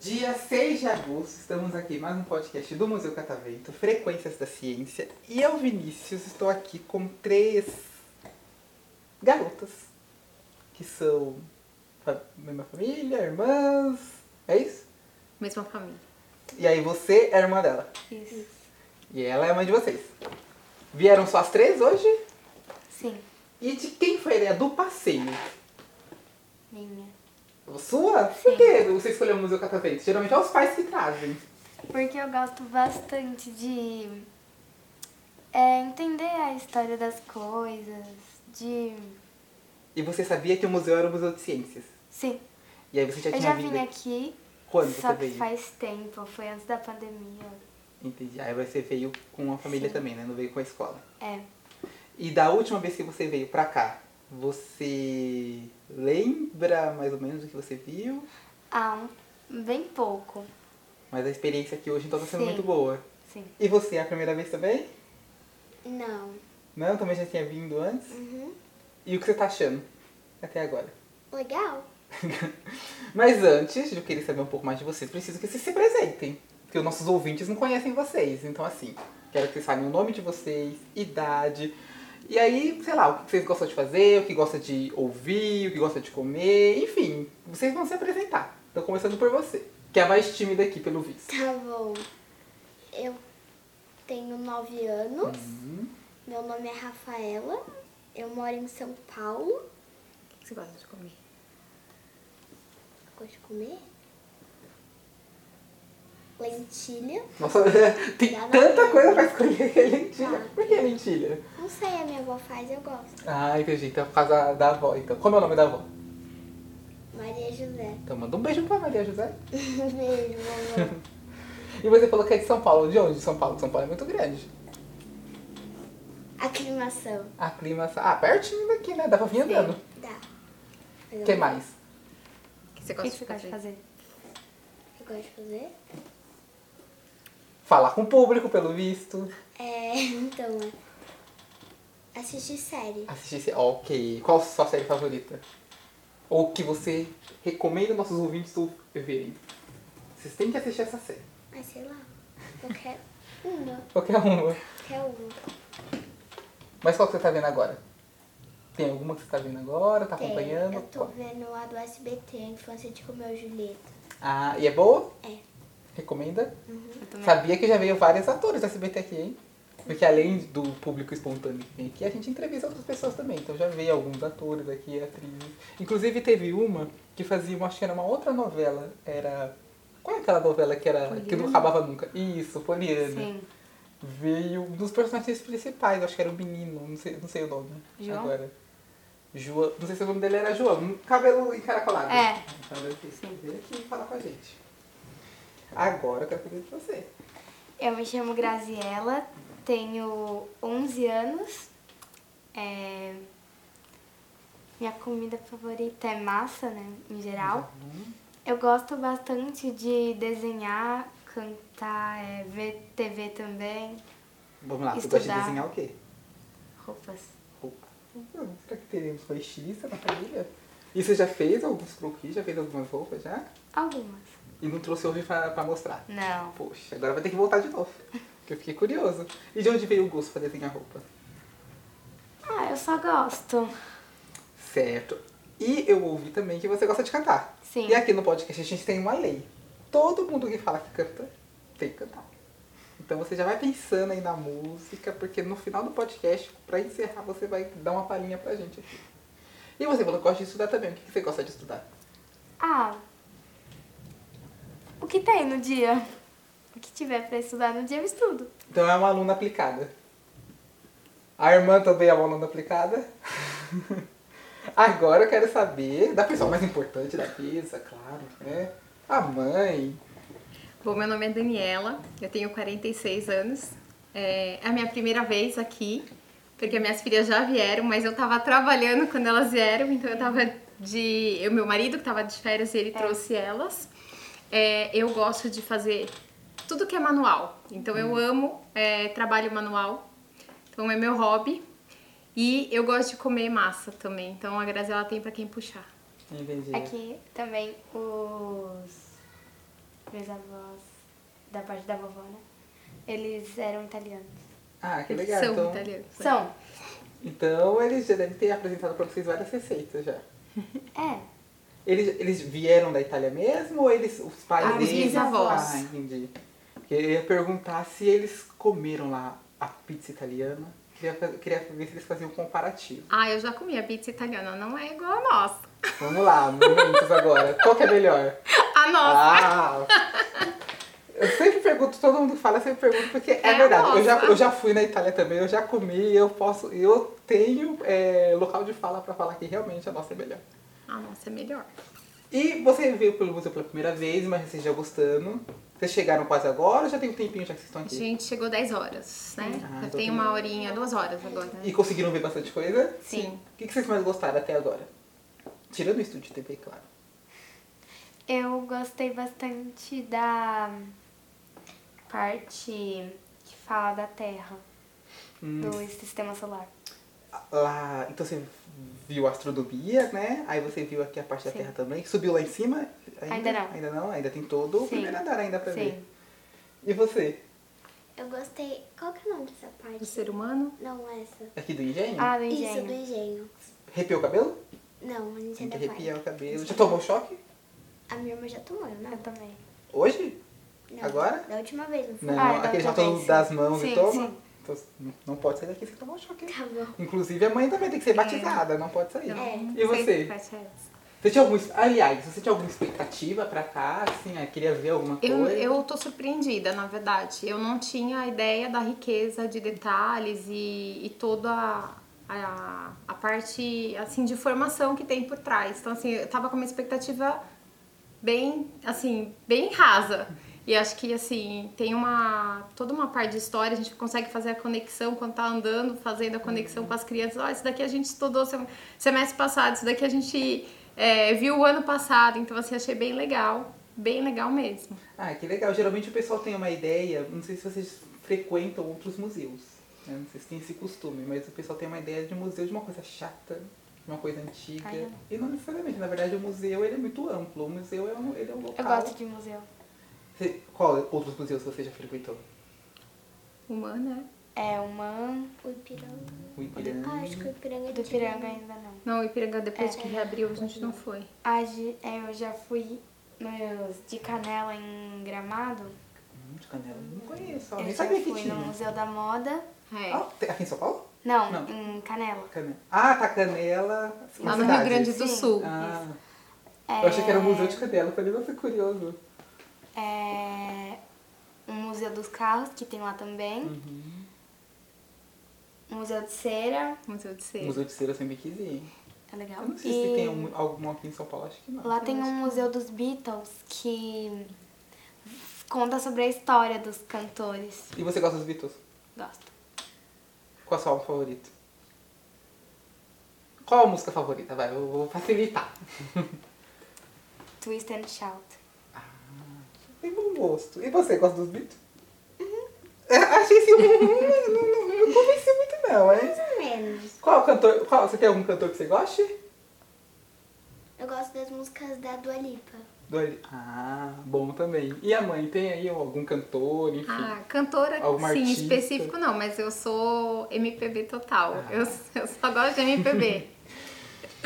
Dia 6 de agosto, estamos aqui em mais um podcast do Museu Catavento, Frequências da Ciência. E eu, Vinícius, estou aqui com três garotas que são fa- mesma família, irmãs. É isso? Mesma família. E aí você é irmã dela. Isso. E ela é a mãe de vocês. Vieram só as três hoje? Sim. E de quem foi a ideia do passeio? Minha. Sua? Por que você escolheu o Museu Catavento? Geralmente é os pais que trazem. Porque eu gosto bastante de é, entender a história das coisas, de. E você sabia que o museu era um museu de ciências. Sim, E aí você já eu tinha já vindo vim aqui, Quando só você que veio? faz tempo, foi antes da pandemia. Entendi. Aí você veio com a família também, né? Não veio com a escola. É, E da última vez que você veio pra cá, você lembra mais ou menos do que você viu? há um, bem pouco. Mas a experiência aqui hoje então tá sendo Sim. muito boa. Sim. E você, é a primeira vez também? Não. Não? Também já tinha vindo antes? Uhum. E o que você tá achando até agora? Legal? Mas antes de eu querer saber um pouco mais de vocês, preciso que vocês se apresentem. Porque os nossos ouvintes não conhecem vocês. Então, assim, quero que vocês saibam o nome de vocês, idade. E aí, sei lá, o que vocês gostam de fazer, o que gostam de ouvir, o que gostam de comer, enfim, vocês vão se apresentar. Tô começando por você, que é a mais tímida aqui, pelo visto. Tá bom. Eu tenho nove anos. Uhum. Meu nome é Rafaela. Eu moro em São Paulo. O que você gosta de comer? Gosto de comer. Lentilha. Nossa, tem Já vai. um tanta coisa pra escolher que é lentilha. Por que é lentilha? Não sei, a minha avó faz, eu gosto. Ah, entendi. Então é por causa da avó, então. Como é o nome da avó? Maria José. Então manda um beijo pra Maria José. Beijo, vovó. E você falou que é de São Paulo. De onde? De São Paulo? São Paulo é muito grande. Aclimação. A clima. Ah, pertinho daqui, né? Dá pra vir andando. Dá. O que mais? O que você O gosta que você de gosta fazer? de fazer? Eu gosto de fazer. Falar com o público, pelo visto. É, então, é, assistir série. Assistir. se- Ok. Qual a sua série favorita? Ou que você recomenda nossos ouvintes ou- verem? Vocês têm que assistir essa série. Mas sei lá. Qualquer uma. Qualquer uma. Qualquer uma. Mas qual que você tá vendo agora? Tem alguma que você tá vendo agora? Tá Tem. acompanhando? Eu tô vendo a do SBT, a Infância de Romeu e Julieta. Ah, e é boa? É. Recomenda? Eu também. Sabia que já veio vários atores da SBT aqui, hein? Porque além do público espontâneo que tem aqui, a gente entrevista outras pessoas também. Então já veio alguns atores aqui, atrizes. Inclusive teve uma que fazia, uma- acho que era uma outra novela. Era. Qual é aquela novela que era. que não Poliana? acabava nunca? Isso, Poliana. Sim. Veio um dos personagens principais, acho que era o menino, não sei, não sei o nome João? agora. João. Não sei se o nome dele era João. um Cabelo encaracolado. É. Então eu quis ver aqui e falar com a gente. Agora eu quero saber de você. Eu me chamo Graziela, tenho 11 anos. é, Minha comida favorita é massa, né, em geral. Eu gosto bastante de desenhar, cantar, é, ver TV também, Vamos lá, você gosta Estudar. de desenhar o quê? roupas. Roupa. Hum, Será que teremos fetichista na família? E você já fez alguns croquis? Já fez algumas roupas já? Algumas. E não trouxe hoje pra, pra mostrar? Não. Poxa, agora vai ter que voltar de novo. Porque eu fiquei curioso. E de onde veio o gosto pra desenhar roupa? Ah, eu só gosto. Certo. E eu ouvi também que você gosta de cantar. Sim. E aqui no podcast a gente tem uma lei. Todo mundo que fala que canta, tem que cantar. Então você já vai pensando aí na música, porque no final do podcast, pra encerrar, você vai dar uma palhinha pra gente aqui. E você falou que gosta de estudar também. O que que você gosta de estudar? Ah, o que tem no dia? O que tiver pra estudar no dia, eu estudo. Então é uma aluna aplicada. A irmã também é uma aluna aplicada. Agora eu quero saber da pessoa mais importante da mesa, claro, né? A mãe, Bom, meu nome é Daniela, eu tenho 46 anos. É a minha primeira vez aqui, porque minhas filhas já vieram, mas eu tava trabalhando quando elas vieram, então eu tava de. Eu, É, meu marido que tava de férias, ele trouxe elas. É, eu gosto de fazer tudo que é manual. Então Uhum. eu amo é, trabalho manual. Então é meu hobby. E eu gosto de comer massa também. Então a Graziela tem pra quem puxar. É, Entendi. É Aqui também os meus avós, da parte da vovó, né? Eles eram italianos. Ah, que Eles legal. São então, italianos. né? São. então eles já devem ter apresentado pra vocês várias receitas já. É. Eles, eles vieram da Itália mesmo ou eles, os pais Ah, os deles? bisavós. Ah, entendi. Porque Eu ia perguntar se eles comeram lá a pizza italiana. Queria, fa- queria ver se eles faziam um comparativo. Ah, eu já comi a pizza italiana, não é igual a nossa. Vamos lá, momentos agora. Qual que é melhor? A Ah! nossa. Eu sempre pergunto, todo mundo fala, eu sempre pergunto, porque é, É a verdade. Eu já, nossa. eu já fui na Itália também, eu já comi, eu posso, eu tenho é, local de fala pra falar que realmente a nossa é melhor. A nossa é melhor. E você veio pelo museu pela primeira vez, mas vocês já gostando. Vocês chegaram quase agora ou já tem um tempinho já que vocês estão A aqui? gente chegou 10 horas, né? Ah, já tô tem com- uma horinha, duas horas agora. né? E conseguiram ver bastante coisa? Sim. O que que vocês mais gostaram até agora? Tirando o estúdio de TV, claro. Eu gostei bastante da parte que fala da Terra, Hum, do sistema solar. Lá, então você viu a astronomia, né? Aí você viu aqui a parte da Sim. Terra também. Subiu lá em cima? Ainda não. Ainda não? Ainda tem todo o Sim. primeiro andar ainda pra ver. Sim. E você? Eu gostei. Qual que é o nome dessa parte? Do ser humano. Não, essa. Aqui do engenho? Ah, do Isso, do engenho. engenho. Arrepiou o cabelo? Não, a gente Tem que ainda arrepiar vai. o cabelo. Já tomou choque? A minha irmã já tomou, né? Eu também. Hoje? Não, Agora? Da última vez, não foi? Não, Ah, então aquele já também, todo sim. das mãos e Sim, toma. sim. Então, não- não pode sair daqui sem tomar um choque. Tá bom. Inclusive a mãe também tem que ser batizada, não pode sair. Então, não E sei você? se faz essa. Você tinha algum, aliás, você tinha alguma expectativa pra cá, assim, ah, queria ver alguma Eu, coisa? eu tô surpreendida, na verdade. Eu não tinha a ideia da riqueza de detalhes e, e toda a, a, a parte, assim, de formação que tem por trás. Então, assim, eu tava com uma expectativa bem, assim, bem rasa. E acho que, assim, tem uma... Toda uma parte de história, a gente consegue fazer a conexão quando tá andando, fazendo a conexão com as crianças. Ó, isso daqui a gente estudou sem- semestre passado, isso daqui a gente é, viu o ano passado. Então, assim, achei bem legal. Bem legal mesmo. Ah, que legal. Geralmente o pessoal tem uma ideia, não sei se vocês frequentam outros museus, né? não sei se tem esse costume, mas o pessoal tem uma ideia de museu de uma coisa chata, de uma coisa antiga. Ai, não. E não necessariamente, na verdade o museu ele é muito amplo, o museu é um, ele é um Eu local... gosto de museu. Você- qual outros museus você já frequentou? Humana, né? É uma O Ipiranga. O Ah, Ipiranga. acho que o Ipiranga é do de Piranga Ipiranga. ainda não. Não, o Ipiranga depois É. que reabriu a gente não foi. A ge- é, Eu já fui nos de Canela em Gramado. Hum, de Canela, não conheço, ó, Eu nem já sabia que fui tinha. no Museu da Moda. É. Ah, tem- aqui em São Paulo? Não, Não. em Canela. Canela. Ah, tá Canela. uma Lá no Rio cidade. Grande do Sim. Sul. Ah, É, eu achei que era o Museu de Canela, eu falei, nossa, que curioso. É um Museu dos Carros, que tem lá também. Hum. Uhum. Um Museu de Cera. Museu de O Cera. Museu de Cera eu sempre quis ir, hein? É legal. Eu não sei se E tem um algum, algum aqui em São Paulo, acho que não. Lá tem um Museu dos Beatles que conta sobre a história dos cantores. E você gosta dos Beatles? Gosto. Qual é o seu álbum favorito? Qual a música favorita? Vai, eu vou facilitar. Twist and Shout. Tem bom gosto. E você, gosta dos Beatles? Uhum. É, achei esse um, um, não, não, não convenci muito não, hein? Mais ou menos. Qual cantor, qual, você tem algum cantor que você goste? Eu gosto das músicas da Dua Lipa. Do Ali- Ah, bom também. E a mãe, tem aí algum cantor, enfim? Ah, cantora, Alguma sim, artista? específico não, mas eu sou MPB total. Ah. Eu, eu só gosto de MPB.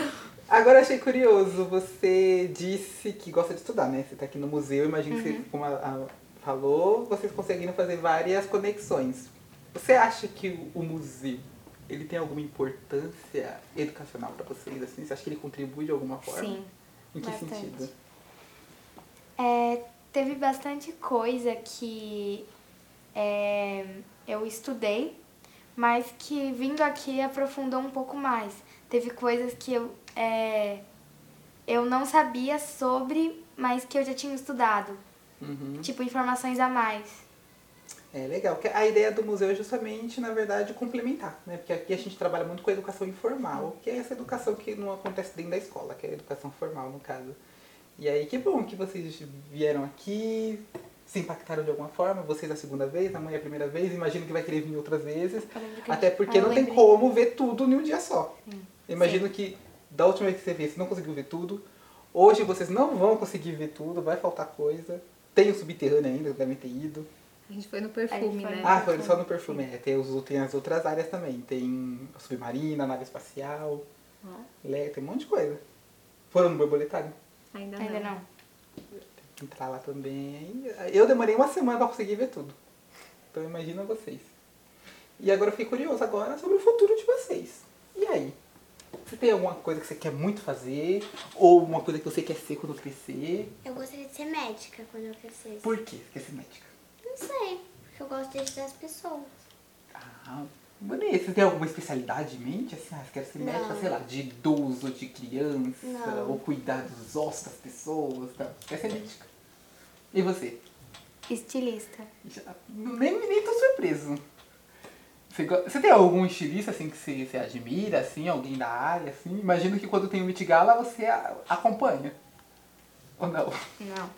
Agora achei curioso, você disse que gosta de estudar, né? Você tá aqui no museu, imagino que, Uhum. você, como a, a falou, vocês conseguiram fazer várias conexões. Você acha que o, o museu, ele tem alguma importância educacional pra vocês, assim? Você acha que ele contribui de alguma forma? Sim. Em que bastante. sentido? É, teve bastante coisa que é, eu estudei, mas que vindo aqui aprofundou um pouco mais. Teve coisas que eu, é, eu não sabia sobre, mas que eu já tinha estudado. Uhum. Tipo, informações a mais. É legal, porque a ideia do museu é justamente, na verdade, complementar, né? Porque aqui a gente trabalha muito com a educação informal, que é essa educação que não acontece dentro da escola, que é a educação formal, no caso. E aí, que bom que vocês vieram aqui, se impactaram de alguma forma, vocês a segunda vez, a mãe a primeira vez, imagino que vai querer vir outras vezes. Eu lembro que a Até gente- porque Ah, eu não tem lembrei. como ver tudo em um dia só. Eu Imagino que da última vez que você veio, você não conseguiu ver tudo. Hoje vocês não vão conseguir ver tudo, vai faltar coisa. Tem o subterrâneo ainda, devem ter ido. A gente foi no perfume, foi né? no- Ah, foi só no perfume. É, tem, os, tem as outras áreas também. Tem a submarina, a nave espacial, le- tem um monte de coisa. Foram no borboletário? Ainda, Ainda não. não. entrar lá também. Eu demorei uma semana pra conseguir ver tudo. Então imagina vocês. E agora eu fiquei curioso agora sobre o futuro de vocês. E aí? Você tem alguma coisa que você quer muito fazer? Ou uma coisa que você quer ser quando crescer? Eu gostaria de ser médica quando eu crescesse. Por quê? Você quer ser médica? Não sei, porque eu gosto de ajudar as pessoas. Ah, bonito. Você tem alguma especialidade em mente? Assim, ah, você quer ser Não. médica, sei lá, de idoso, de criança, Não. ou cuidar dos ossos das pessoas, tá? Você quer ser médica. E você? Estilista. Já- nem, nem tô surpreso. Você, go- você tem algum estilista assim que você, você admira, assim, alguém da área, assim? Imagino que quando tem o Met Gala você a- acompanha. Ou não? Não.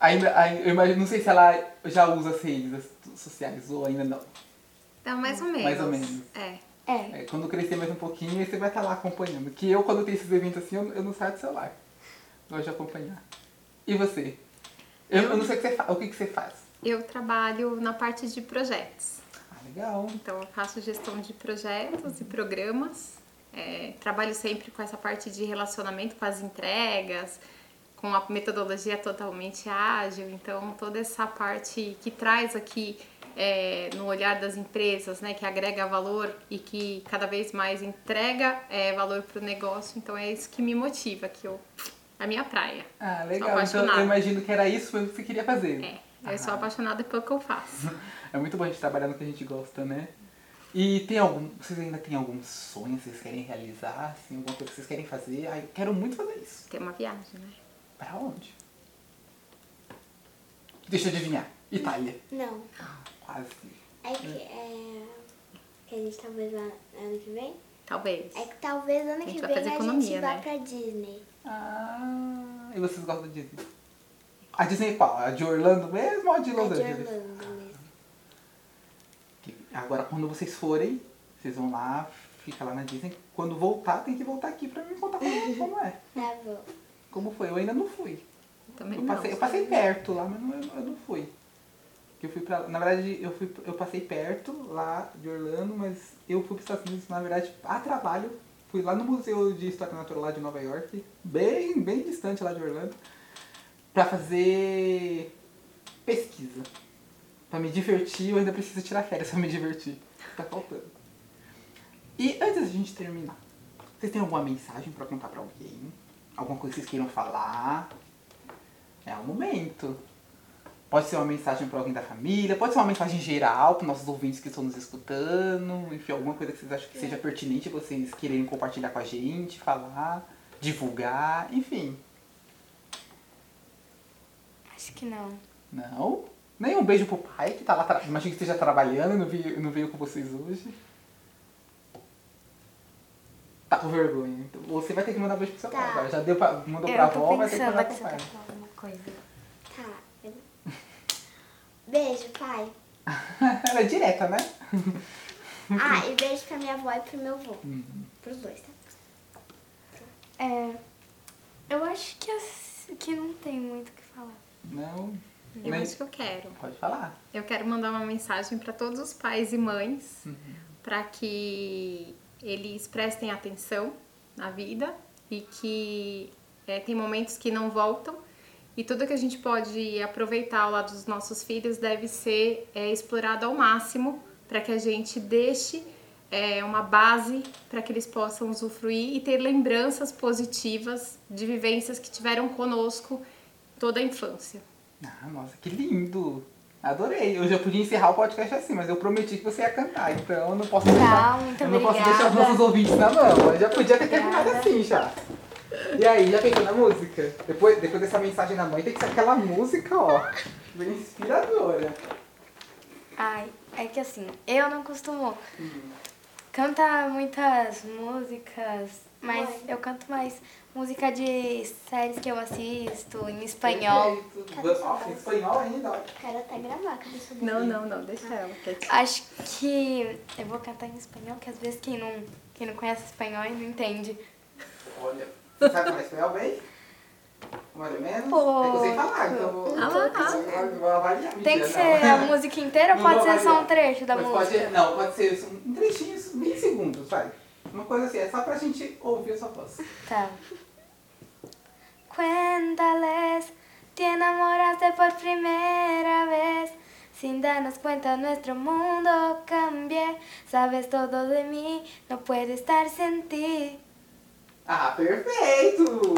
Ainda, ai- eu imagino, não sei se ela já usa as redes sociais ou ainda não. Tá mais ou menos. Mais ou menos. É. É. É, quando crescer mais um pouquinho, aí você vai estar lá acompanhando. Que eu, quando tem esses eventos assim, eu, eu não saio do celular. Gosto de acompanhar. E você? Eu, eu não sei o que você faz. O que, que você faz? Eu trabalho na parte de projetos. Ah, legal. Então, eu faço gestão de projetos e programas. É, trabalho sempre com essa parte de relacionamento com as entregas, com a metodologia totalmente ágil. Então, toda essa parte que traz aqui é, no olhar das empresas, né, que agrega valor e que cada vez mais entrega é, valor para o negócio. Então, é isso que me motiva, que eu, a minha praia. Ah, Sou legal. Então apaixonada. eu imagino que era isso que você queria fazer. É, eu sou Ah. apaixonada pelo que eu faço. É muito bom a gente trabalhar no que a gente gosta, né? E tem algum. Vocês ainda têm algum sonho que vocês querem realizar? Assim, alguma coisa que vocês querem fazer? Ai, eu quero muito fazer isso. Tem uma viagem, né? Pra onde? Deixa eu adivinhar. Itália. Não. Quase. É que, é, que a gente talvez vá ano que vem. Talvez. É que talvez ano A que gente vem vai a fazer economia, gente vá né? pra Disney. Ah. E vocês gostam de Disney? A Disney é qual? A de Orlando mesmo ou a de Pra Los de Angeles? Orlando mesmo. Que- Agora, quando vocês forem, vocês vão lá, fica lá na Disney. Quando voltar, tem que voltar aqui pra me contar como, como é. Tá bom. Como foi? Eu ainda não fui. Também Eu não. passei, eu passei perto lá, mas não, eu, eu não fui. Eu fui pra, na verdade, eu, fui, eu passei perto lá de Orlando, mas eu fui para Estados Unidos, na verdade, a trabalho. Fui lá no Museu de História Natural lá de Nova York, bem, bem distante lá de Orlando, pra fazer pesquisa. Pra me divertir, eu ainda preciso tirar férias pra me divertir. Tá faltando. E antes da gente terminar, vocês têm alguma mensagem pra contar pra alguém? Alguma coisa que vocês queiram falar? É o momento. Pode ser uma mensagem pra alguém da família, pode ser uma mensagem geral para nossos ouvintes que estão nos escutando, enfim, alguma coisa que vocês acham que É. seja pertinente vocês quererem compartilhar com a gente, falar, divulgar, enfim. Acho que não. Não? Nem um beijo pro pai que tá lá, tra- imagino que esteja trabalhando, não veio, não veio com vocês hoje. Tá com vergonha. Então, você vai ter que mandar beijo pro seu Tá. pai. Já deu pra, mandou pra eu tô avó, vai ter que pensando mandar aqui pro se eu pai. quero falar alguma coisa. Tá. Beijo, pai. tá. Ela é direta, né? Ah, e beijo pra minha avó e pro meu avô. Pros dois, tá? É. Eu acho que, as- que não tem muito o que falar. Não. Eu Nem- acho É que eu quero. Pode falar. Eu quero mandar uma mensagem para todos os pais e mães para que eles prestem atenção na vida e que eh, tem momentos que não voltam e tudo que a gente pode aproveitar ao lado dos nossos filhos deve ser eh, explorado ao máximo para que a gente deixe eh, uma base para que eles possam usufruir e ter lembranças positivas de vivências que tiveram conosco toda a infância. Ah, nossa, que lindo! Adorei. Eu já podia encerrar o podcast assim, mas eu prometi que você ia cantar, então eu não posso deixar. muito eu não posso obrigada. deixar os nossos ouvintes na mão. Eu já podia ter terminado Obrigada. assim já. E aí, já pensou na música? Depois, depois dessa mensagem da mãe tem que ser aquela música, ó. Bem inspiradora. Uhum. Ai, é que assim, eu não costumo Canta muitas músicas, mas Mãe. eu canto mais música de séries que eu assisto em espanhol. Perfeito. Nossa, em espanhol ainda, ó. Quero até gravar, quero saber. Não, não, não, deixa ela. é quietinha. Acho que eu vou cantar em espanhol, que às vezes quem não, quem não conhece espanhol não entende. Olha. Você sabe falar espanhol bem? Mais ou menos? Pouco. É que eu sei falar, então eu vou, Ah lá, ah. vou, vou avaliar. tá. mentira, Tem que não. ser um a música inteira ou Não pode vou ser só avaliar. um trecho da Mas música? Pode, não, pode ser um trechinho, uns 20 segundos, vai. Uma coisa assim, é só pra gente ouvir a sua voz. Tá. Cuéntales, te enamoraste por primera vez. Sin darnos cuenta, nuestro mundo cambié. Sabes todo de mí, no puedo estar sin ti. Ah, perfeito!